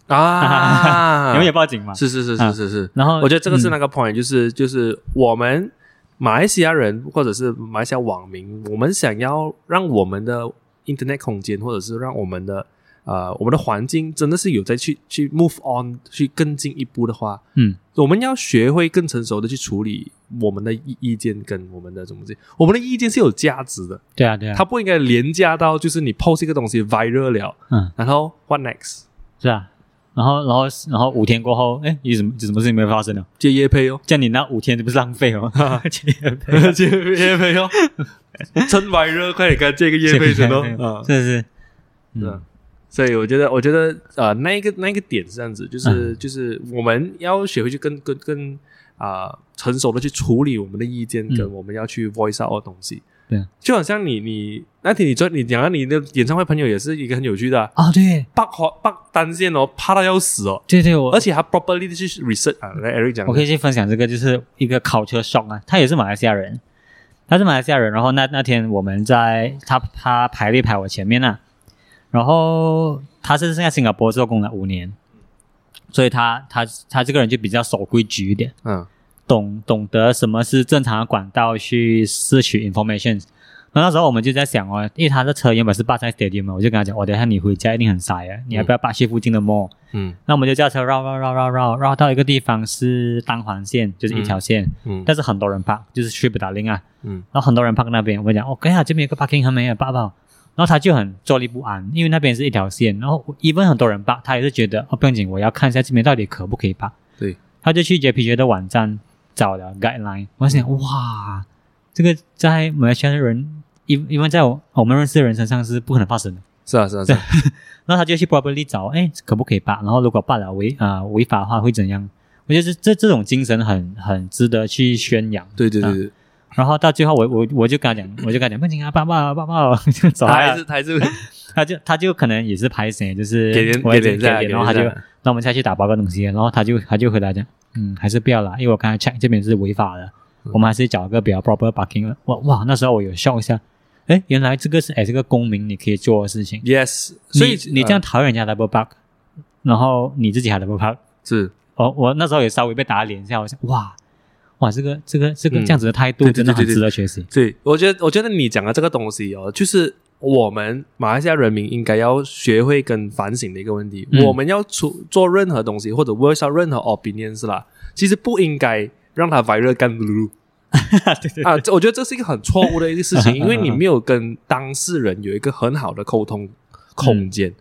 啊，
<laughs> 你们也报警嘛，
是是是
啊
是是是，
然后
我觉得这个是
嗯
那个 point，、就是就是我们马来西亚人或者是马来西亚网民，我们想要让我们的 internet 空间，或者是让我们的呃我们的环境真的是有在去去 move on 去更进一步的话，
嗯，
我们要学会更成熟的去处理我们的意意见跟我们的怎么讲，我们的意见是有价值的，
对啊对啊，
它不应该廉价到就是你 post 一个东西 viral 了，
嗯，
然后 what next
是啊，然后然后然后五天过后，哎，有什么有什么事情没有发生呢？
接业配哦。
这样你那五天这不是浪
<laughs>
费哦？ <laughs> 这也配
接夜配 <laughs> 哦，趁白热，快点给他借个夜配钱哦。啊，
是不是？
对啊
嗯，
所以我觉得，我觉得呃，那一个那一个点是这样子，
嗯
就是、就是我们要学会去更更更啊、成熟的去处理我们的意见，
嗯
跟我们要去 voice out 的东西。
对啊，
就好像你你那天你说你讲到你的演唱会朋友也是一个很有趣的、啊，
啊，对
八华八单线哦，怕到要死哦，
对对，我
而且还 properly 地去 research 啊，来 Eric 讲的，
我可以去分享这个，就是一个考车 shock 啊，他也是马来西亚人，他是马来西亚人。然后那那天我们在他他排列排我前面啊，然后他是在新加坡做工了五年，所以他他他这个人就比较守规矩一点，
嗯
懂懂得什么是正常的管道去摄取 information。那那时候我们就在想哦，因为他的车原本是霸在 stadium 嘛，我就跟他讲，我、等一下你回家一定很塞啊，你要不要霸去附近的 mall？、
嗯
那我们就驾车绕绕绕绕绕绕到一个地方是单环线，就是一条线，
嗯
但是很多人 park，就是去不打铃啊，
嗯
然后很多人 park 那边，我们讲哦，刚好这边有个 parking 很没有爸爸，然后他就很坐立不安，因为那边是一条线，然后 even 很多人 park，他也是觉得哦不用紧，我要看一下这边到底可不可以 park，
对，
他就去 JPG 的网站找了 guideline，我想哇，这个在马来西亚的人，因因为在我我们认识的人身上是不可能发生的。
是啊是啊是啊，
那他就去 properly 找，哎，可不可以罢？然后如果罢了违啊、违法的话会怎样？我觉得这这这种精神很很值得去宣扬。
对对对对，
然后到最后我，我我就跟他讲，我就跟他讲，不行啊，爸爸爸爸，就 <laughs> 走
他还
啊
是。他还是
他就他就可能也是拍谁，就是
给人
我也
给人
给
在
脸，然后他就
给人在
那我们下去打包个东西，然后他就他就回来讲，嗯，还是不要啦，因为我刚才 check 这边是违法的，
嗯
我们还是找一个比较 proper parking 了。哇哇，那时候我有笑一下，哎，原来这个是哎这个公民你可以做的事情。
yes，所
所
以呃
以你这样讨厌人家 double bug，然后你自己还 double bug，
是
我我那时候也稍微被打脸一下，我想哇哇，这个这个这个
嗯
这样子的态度
对对
真的
对
很
对
值得学
<laughs>
习。
对，我觉得我觉得你讲的这个东西哦，就是我们马来西亚人民应该要学会跟反省的一个问题。
嗯
我们要出做任何东西或者 voice out 任何 opinion 是啦，其实不应该让它 viral 干噜噜。
对对
啊，这我觉得这是一个很错误的一个事情，因为你没有跟当事人有一个很好的沟通
嗯
空间。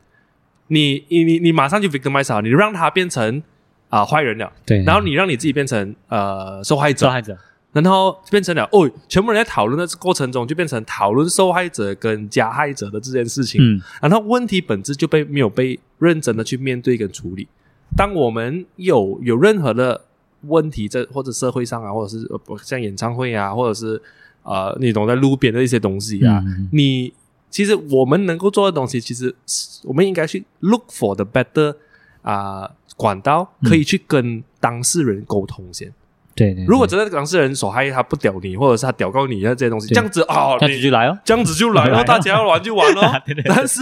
你你你你马上就 victimize 好，你让他变成啊、坏人了，
对，
然后你让你自己变成呃受害者
受，害者，
然后变成了哦，全部人在讨论的过程中就变成讨论受害者跟加害者的这件事情，
嗯
然后问题本质就被没有被认真的去面对跟处理。当我们有有任何的问题在或者社会上啊，或者是呃不像演唱会啊，或者是呃你懂在路边的一些东西啊，
嗯
你其实我们能够做的东西，其实是我们应该去 look for the better 啊、管道，
嗯
可以去跟当事人沟通先。
对对，
如果真的当事人所害他不屌你，或者是他屌告你，那这些东西，
对
这样子啊，
那
你
就来哦，
这样子就来
来
了，
了
大家要玩就玩咯
<laughs> 对对。对
但是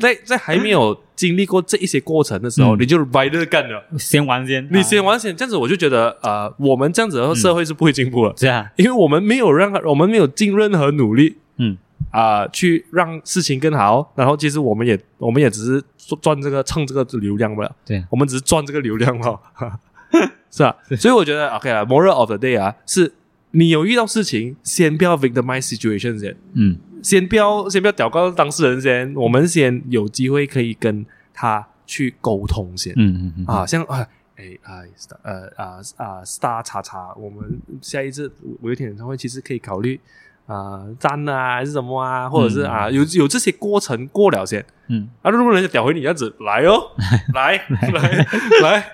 在在还没有经历过这一些过程的时候，
嗯
你就白热干了，
先玩先，
你
啊
先玩先这样子，我就觉得呃，我们这样子的社会是不会进步了，
这样，
因为我们没有让我们没有尽任何努力
嗯，
啊、去让事情更好。然后其实我们也我们也只是赚赚这个蹭这个流量罢了。
对，
我们只是赚这个流量嘛， <laughs> 是吧？所以我觉得 OK 啊，moral of the day 啊，是你有遇到事情，先不要 victimize situation 先，
嗯
先不要先不要屌告当事人先，我们先有机会可以跟他去沟通先、
嗯嗯嗯，
啊，像啊。哎啊，star- 呃啊啊，star 叉叉，我们下一次我有点演唱会，其实可以考虑啊赞啊还是什么啊，或者是
嗯
啊有有这些过程过了先，
嗯，
啊，如果人家屌回你这样子，来哦，
<laughs>
来来来，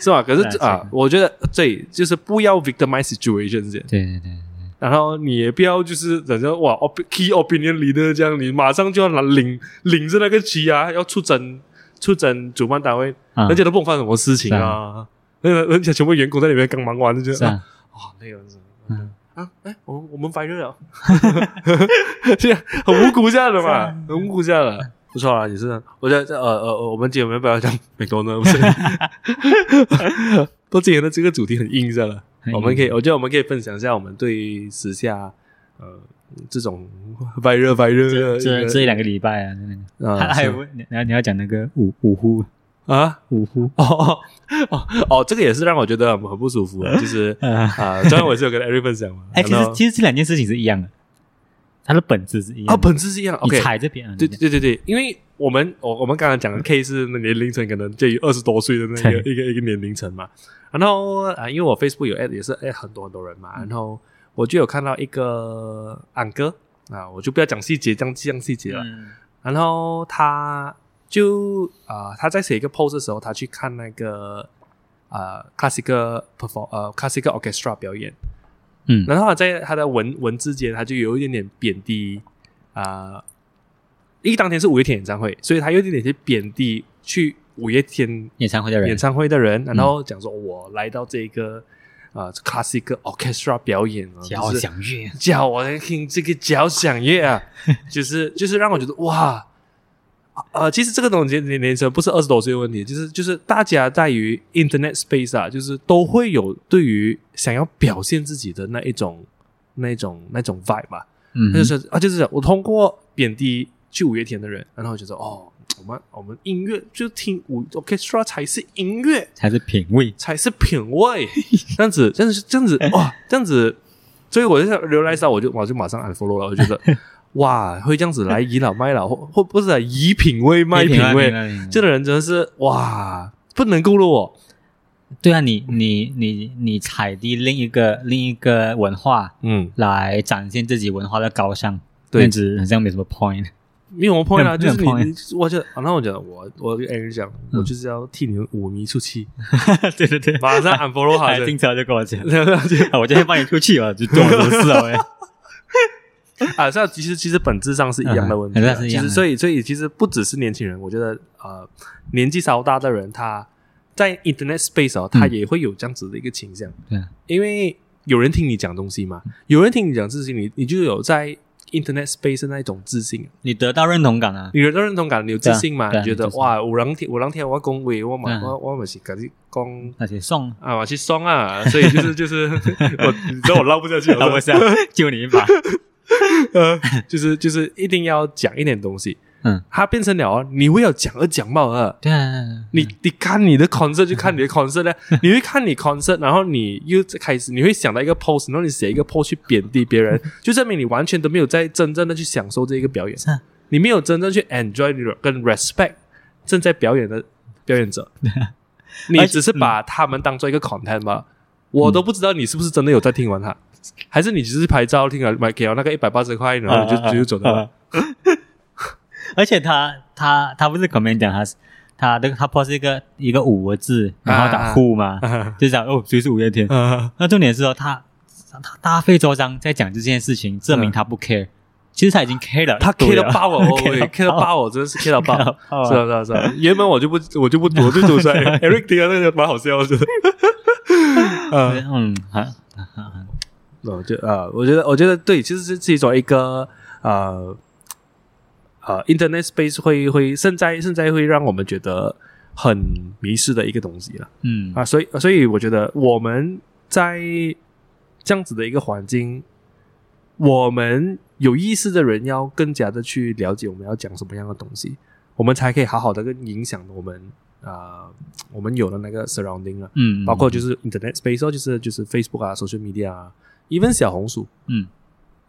是吧？可
来
是
这个
啊，我觉得对，就是不要 victimize situation 这样
对对对，
然后你也不要就是等着哇，op-，key opinion leader 这样，你马上就要拿领领着那个旗啊，要出征出征主办单位，
啊
人家都不懂发生什么事情
是
啊，那个人家全部员工在里面刚忙完就觉
是
得啊
啊，
哇累了，真的
嗯
啊，哎，我们我们白热了，这样很无辜这样的嘛，很无辜这样的，不错啦，也是，我觉得这呃呃，我们今天要不要讲美国呢？不是，都今天的这个主题很硬，这样了，
很硬
我们可以，我觉得我们可以分享一下我们对于时下呃这种白热白热的
这这
一
一两个礼拜啊，真的
个啊
还还
是
有你你要你要讲那个五五呼
啊
五呼，
哦哦哦哦，这个也是让我觉得很很不舒服的，就是
啊，
啊，昨天我也是有跟 Eric 分享嘛，
哎，其
然
实
后
其实这两件事情是一样的，它的本质是一样
啊，
的，
本质是一样的
你
，OK，
踩这边啊，
对
你嗯
对对对，因为我们我我们刚才讲的 K 是那年龄层可能介于二十多岁的那个一个一个年龄层嘛，然后啊，因为我 Facebook 有 at 也是 at 很多很多人
嗯
嘛，然后我就有看到一啊个俺哥啊，我就不要讲细节，这样这样细节了，
嗯
然后他就啊、呃他在写一个 post 的时候，他去看那个啊、呃、classical perform 呃 classical orchestra 表演，
嗯
然后他在他的文文字间，他就有一点点贬低啊、呃因为当天是五月天演唱会，所以他有一点点去贬低去五月天
演唱会的人
演唱会的人，然后讲说我来到这个啊 classical orchestra 表演啊，
交
就是
响乐，
叫我来听这个交响乐啊，就是就是让我觉得哇，啊呃，其实这个东西年年龄层不是二十多岁的问题，就是就是大家在于 Internet space 啊，就是都会有对于想要表现自己的那一种那一种那种 vibe 嘛、
<laughs> 嗯
他就，是啊，就是我通过贬低去五月天的人，然后我就说哦，我们我们音乐就听五 orchestra 才是音乐，
才是品味，
才是品 <laughs> 味，这样子，这样子，这样子，哇，这样子，所以我就想留来到，我就我就马上 unfollow 了，我就觉 <laughs> 得哇，会这样子来倚老卖老，或或不是啊以品味卖品味，这
就
个人真的是哇，不能够了我，
对啊，你你你你踩低另一个另一个文化
嗯，
来展现自己文化的高尚，
对
那只好像没什么 point。 <laughs>
没有我 point 啊，
很
就是
很
你，
point
你我就，然后我讲，我我跟 Aaron 讲，我就是要替你们舞迷出气，
对对对，
马 <laughs> 上 unfollow 好
还
了
经常就跟我讲，
然后就
啊 <laughs> 我今天帮你出去啊，就做我的事啊，喂。 <laughs>
<laughs> 啊，这其实其实本质上是一样的问题、
嗯
啊，
本质上是一
其
样
实
的
所以所以其实不只是年轻人，我觉得呃年纪稍大的人，他在 Internet space 哦，他也会有这样子的一个倾向，
嗯对嗯啊
因为有人听你讲东西嘛，有人听你讲事情，你你就有在 Internet space 的那一种自信，啊
你得到认同感啊，
你有认同感，你有自信嘛，
对啊
你觉得
对啊
哇，我两天我两天我要恭维我嘛
嗯
我我嘛是赶紧讲
那
<laughs>
些送
啊，我去爽啊，所以就是就是 <laughs> 我你知道我捞不下去了，
啊，我想救你一把。 <laughs>
呃， <laughs> 就是就是一定要讲一点东西。
嗯，
它变成了哦你为了讲而讲嘛啊。
对啊，
你你看你的 concert 就看你的 concert
<laughs>
呢，你会看你 concert，然后你又开始你会想到一个 post，然后你写一个 post 去贬低别人，就证明你完全都没有在真正的去享受这一个表演
是啊，
你没有真正去 enjoy 你的跟 respect 正在表演的表演
<laughs>
者，你
而且
只是把他们当做一个 content 吧。我都不知道你是不是真的有在听完它，还是你只是拍照听了买给了那个一百八十块，然后你就直接走掉了。<laughs>
<laughs> 啊。啊啊 <laughs> 而且他他他不是 comment 讲他是他的他 post 一个一个五个字，然
啊
后
啊
打呼嘛，就讲哦谁是五月天。
啊
那重点是哦，他他大费周章在讲这件事情，证明他不 care。其实他已经 care 了，
啊他 K
对
到
了
爆
<laughs>
我
K 到
，K 到爆我，真的是 K 到爆，
K <laughs> 到爆啊
是啊啊是啊是啊。原本我就不我就不读，我就 <laughs> 读出来 Eric 听到那个蛮好笑的，嗯，
嗯，很很
我就呃，我觉得我觉得对，其实是是一种一个呃呃 Internet space 会会现在现在会让我们觉得很迷失的一个东西了。
嗯
啊，所以所以我觉得我们在这样子的一个环境，我们有意识的人要更加的去了解我们要讲什么样的东西，我们才可以好好的跟影响我们啊、呃我们有的那个 surrounding 啊，
嗯，
包括就是 internet space 哦，就是就是 Facebook 啊，social media 啊，even 小红书，
嗯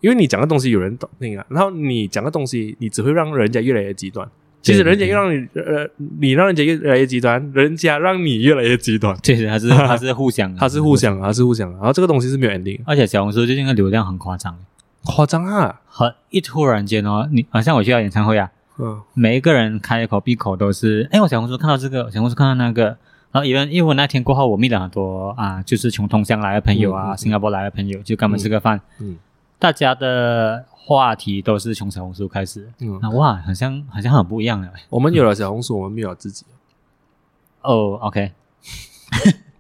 因为你讲的东西有人懂听啊，然后你讲的东西，你只会让人家越来越极端。其实
对
人家
对
越让你呃，你让人家越来越极端，人家让你越来越极端。
确
<laughs>
实他是他是互相的，啊
它是互相的，它是互相的。然后这个东西是没有 ending，
而且小红书最近的流量很夸张，
夸张啊！
很一突然间哦，你好像我去到演唱会啊，
嗯
每一个人开口闭口都是，哎，我小红书看到这个，小红书看到那个，然后因为因为我那天过后，我密了很多啊，就是从同乡来的朋友
嗯
啊，
嗯嗯
新加坡来的朋友，就跟他们吃个饭，
嗯
大家的话题都是从小红书开始，
嗯，
那哇，好像好像很不一样了，
我们有了小红书，我们没有了自己。
哦，OK，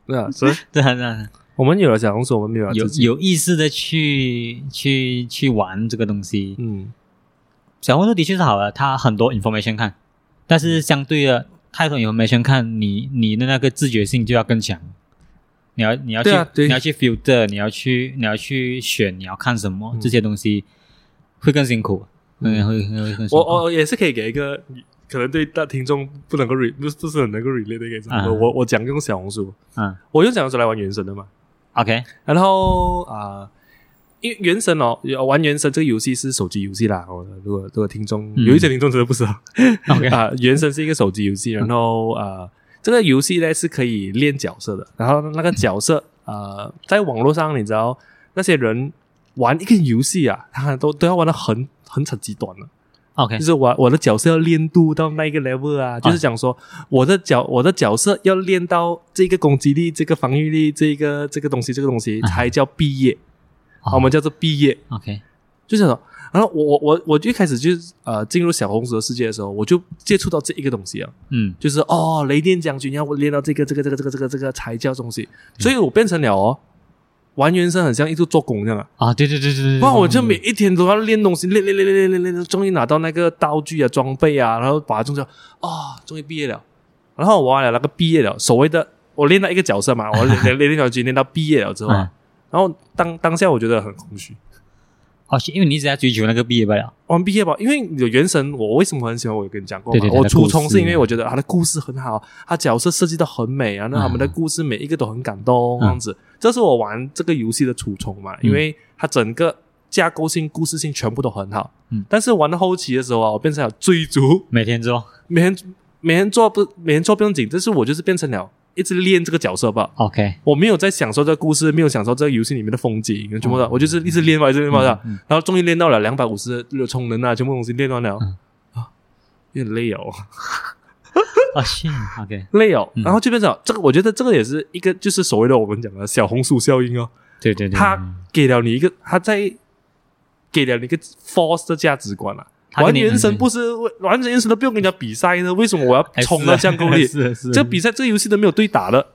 对
嗯
啊，
<laughs>
所以
这样这样，
我们有了小红书，我们没有了
有
自己。
有意识的去去去玩这个东西，
嗯
小红书的确是好了，它很多 information 看，但是相对的太多 information 看，你你的那个自觉性就要更强。你要你要去、
对啊对
你要去 filter，你要去你要去选你要看什么、
嗯
这些东西，会更辛苦，嗯，会会会更辛苦。
我我也是可以给一个可能对大听众不能够 re 不是不是很能够 relate 的一个 example。
啊
我我讲用小红书，
嗯
我用小红书来玩原神的嘛。
，OK，
然后啊、因为原神哦，玩原神这个游戏是手机游戏啦。我如果如果听众、
嗯
有一些听众真的不知道
OK
啊、原神是一个手机游戏，然后啊、这个游戏呢是可以练角色的。然后那个角色呃，在网络上你知道那些人玩一个游戏啊，他都都要玩的很很很极端的。
OK，
就是我我的角色要练度到那一个 level 啊，就是讲说我的角我的角色要练到这个攻击力、这个防御力、这个这个东西、这个东西才叫毕业，
哦
我们叫做毕业，
OK，
就是说，然后我我我我就一开始就是呃进入小红书的世界的时候，我就接触到这一个东西啊，
嗯
就是哦雷电将军要我练到这个这个这个这个这个这个才叫东西，所以我变成了哦。完全是很像一直做工这样啊，
啊，对对对对对，
不然我就每一天都要练东西，练练练练练练练，终于拿到那个道具啊、装备啊，然后把它种掉啊，终于毕业了。然后我完了那个毕业了，所谓的我练到一个角色嘛，我练练练小军练到毕业了之后啊，
啊，
然后当当下我觉得很空虚。
哦，是因为你一直在追求那个毕业不了，
完毕业吧，因为有原神，我为什么很喜欢？我有跟你讲过嘛，
对对
我
对它的
初
故
衷
事
是因为我觉得他的故事很好，他角色设计的很美啊，那他们的
嗯
故事每一个都很感动，这样
嗯
子，这是我玩这个游戏的初衷嘛，因
嗯
为它整个架构性、故事性全部都很好。
嗯
但是玩到后期的时候啊，我变成了追逐， <laughs>
每天做
每天每天做不每天做不用紧，但是我就是变成了一直练这个角色吧，
OK，
我没有在享受这个故事，没有享受这个游戏里面的风景，全部的，我就是一直练吧，一直练吧，
哦嗯嗯
然后终于练到了两百五十热充能啊，全部东西练完了，
嗯
啊，有点累哦， <laughs>
哦是 OK，
累哦，
嗯
然后就变成这个，我觉得这个也是一个就是所谓的我们讲的小红书效应哦，
对对对，
他给了你一个，他在给了你一个 false 的价值观啊。
他
玩
跟你
原神不是为玩原神都不用跟人家比赛呢，为什么我要啊冲到降购力？
啊 <laughs> 是是，
这比赛这个游戏都没有对打的，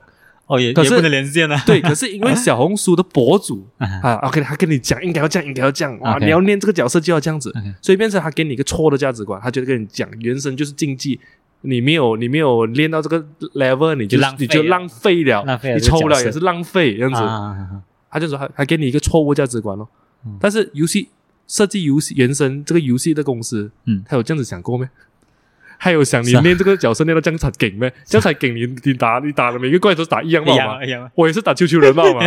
哦也也
可是
不能连线 <laughs> 啊，
对，可是因为小红书的博主
<laughs> 啊
啊，OK，他跟你讲应该要这样，应该要这样，哇
OK
你要练这个角色就要这样子
OK
所以变成他给你一个错的价值观，他觉得跟你讲原神就是竞技，你没有你没有练到这个 level，你就
就浪费
你就
了
浪费了，
浪费了
你
这个
抽
角
了
色
也是浪费这样子，
啊啊啊啊
他就说他他给你一个错误价值观咯。
嗯
但是游戏设计游戏原神这个游戏的公司，
嗯
他有这样子想过没？ <laughs> 还有想你
是啊
练这个角色练到这样才给咩？这样才给你你打你打的每个怪都打一样
一
吗？
样啊一样啊，
我也是打球球人
<laughs>
嘛嘛。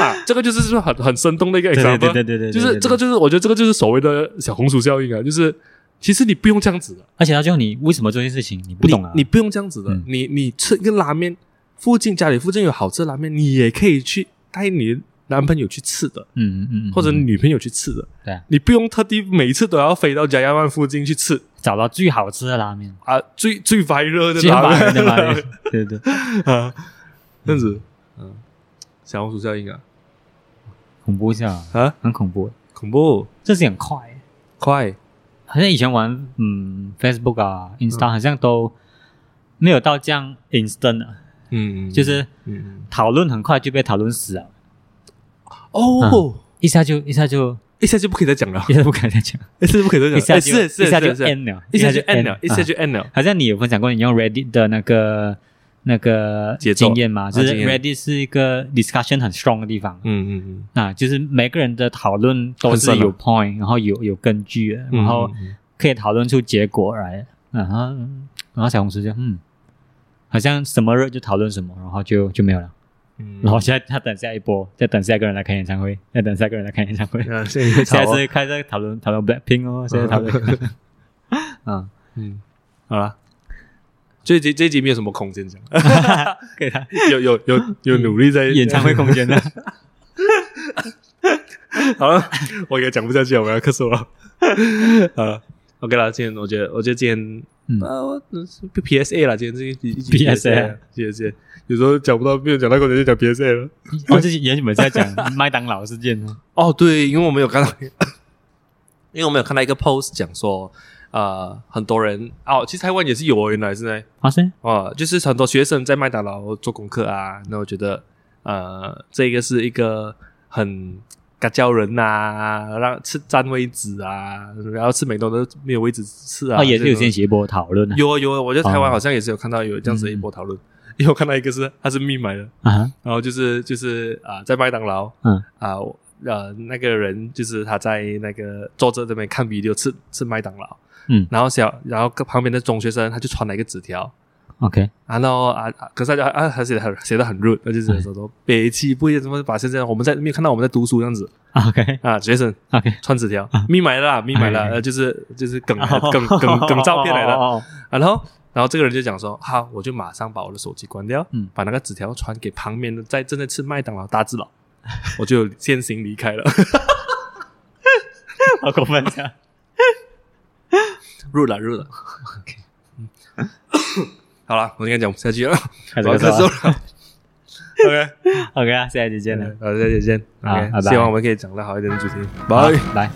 啊，这个就是是不是很很生动的一个
对
example，啊
对对对对对，
就是
对
这个，就是我觉得这个就是所谓的小红薯效应啊，就是其实你不用这样子的，
而且到最后你为什么做这件事情你不懂啊？
你你不用这样子的，
嗯
你你吃一个拉面，附近家里附近有好吃的拉面，你也可以去带你男朋友去吃的，
嗯嗯嗯嗯，
或者你女朋友去吃的，
对啊
你不用特地每次都要飞到加亚湾附近去吃
找到最好吃的拉面，
啊，最 <laughs> 最 viral 的
最
拉
好
面
吃的拉面， <laughs> 对对，对
<laughs> 啊，这样子，嗯，小红薯效应啊
恐怖是吧？
啊，
很恐怖，
恐怖
这是很快。
快。
好像以前玩嗯 Facebook 啊、Insta
嗯
好像都没有到这样 instant 的、
嗯，
就是
嗯
讨论很快就被讨论死了，
哦，
一下就一下就，
一下就不可以再讲了
一下就不敢再讲，
<laughs> 一下就不可以再讲了，
一下
哎
就是
是
一下就是 end 了，
一下就 end 了，一下
啊
就 end 了，
好像你有分享过你用 Reddit 的那个那个
节奏
经验嘛，
啊
就是
经验
Reddit 是一个 discussion 很 strong 的地方。
嗯嗯嗯，
啊，就是每个人的讨论都是
很深啊
有 point，然后有有根据的，然后
嗯嗯嗯
可以讨论出结果来。然后，然后小红书就嗯，好像什么热就讨论什么，然后就就没有了。
嗯
然后现在他等下一波，再等下一个人来开演唱会，再等下一个人来开演唱
<laughs>
会，
嗯，现在
现在
吵啊
是开始讨论讨论 Blackpink 哦，现在讨论，
<laughs>
嗯，
嗯，好了。这一集这一集没有什么空间讲， <laughs>
给他
有有有有努力 <laughs> 在
演唱会空间的，
<laughs> 好了，我也讲不下去了，我要咳嗽了。 <laughs> 好了，OK 了，今天我觉得我觉得今天
嗯
呃我是 PSA 了，今天这一集一集
PSA
PSA，有时候讲不到没有讲到空间就讲 PSA 了。
我自己原本是在讲麦当劳事件哦，
哦，对，因为我们有看到， <laughs> 因为我们有看到一个 post 讲说，呃，很多人哦，其实台湾也是有哦，原来是在
哇塞，
哦，就是很多学生在麦当劳做功课啊。那我觉得，呃，这个是一个很嘎教人呐、让吃占位置啊，然后吃美东都没有位置吃啊，
哦，也是
这
有
种
掀起一波讨论啊
有啊有啊，我觉得台湾
哦嗯
好像也是有看到有这样子的一波讨论，因为我看到一个是他是密买的，
啊，
然后就是就是啊、在麦当劳，
嗯
啊、我呃，那个人就是他在那个坐着这边看 video 吃吃麦当劳，
嗯
然后小然后跟旁边的中学生他就传了一个纸条，
，OK，
啊，然后啊，啊可是他就啊，他写的很写的很 rude，那就是说说北气不一怎么把现在我们在没有看到我们在读书这样子
OK
啊，学生
OK，
传纸条，密埋了啦，密埋了，
啊哎哦
呃，就是就是梗梗梗梗照片来的，
哦。哦哦
啊然后然后这个人就讲说，好，我就马上把我的手机关掉，
嗯
把那个纸条传给旁边的在正
<laughs>
在吃麦当劳大只佬，我就先行离开了。
好过分啊！
入了入了。嗯好了，我应该讲不下去了，
开始
我要
咳
咳
嗽了
嗽了。OK，
OK 啊，下一集见了，
好，再见。
啊
OK，
拜拜
希望我们可以讲到好一点的主题。
好
拜。
拜。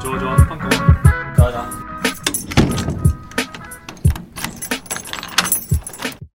左左放空。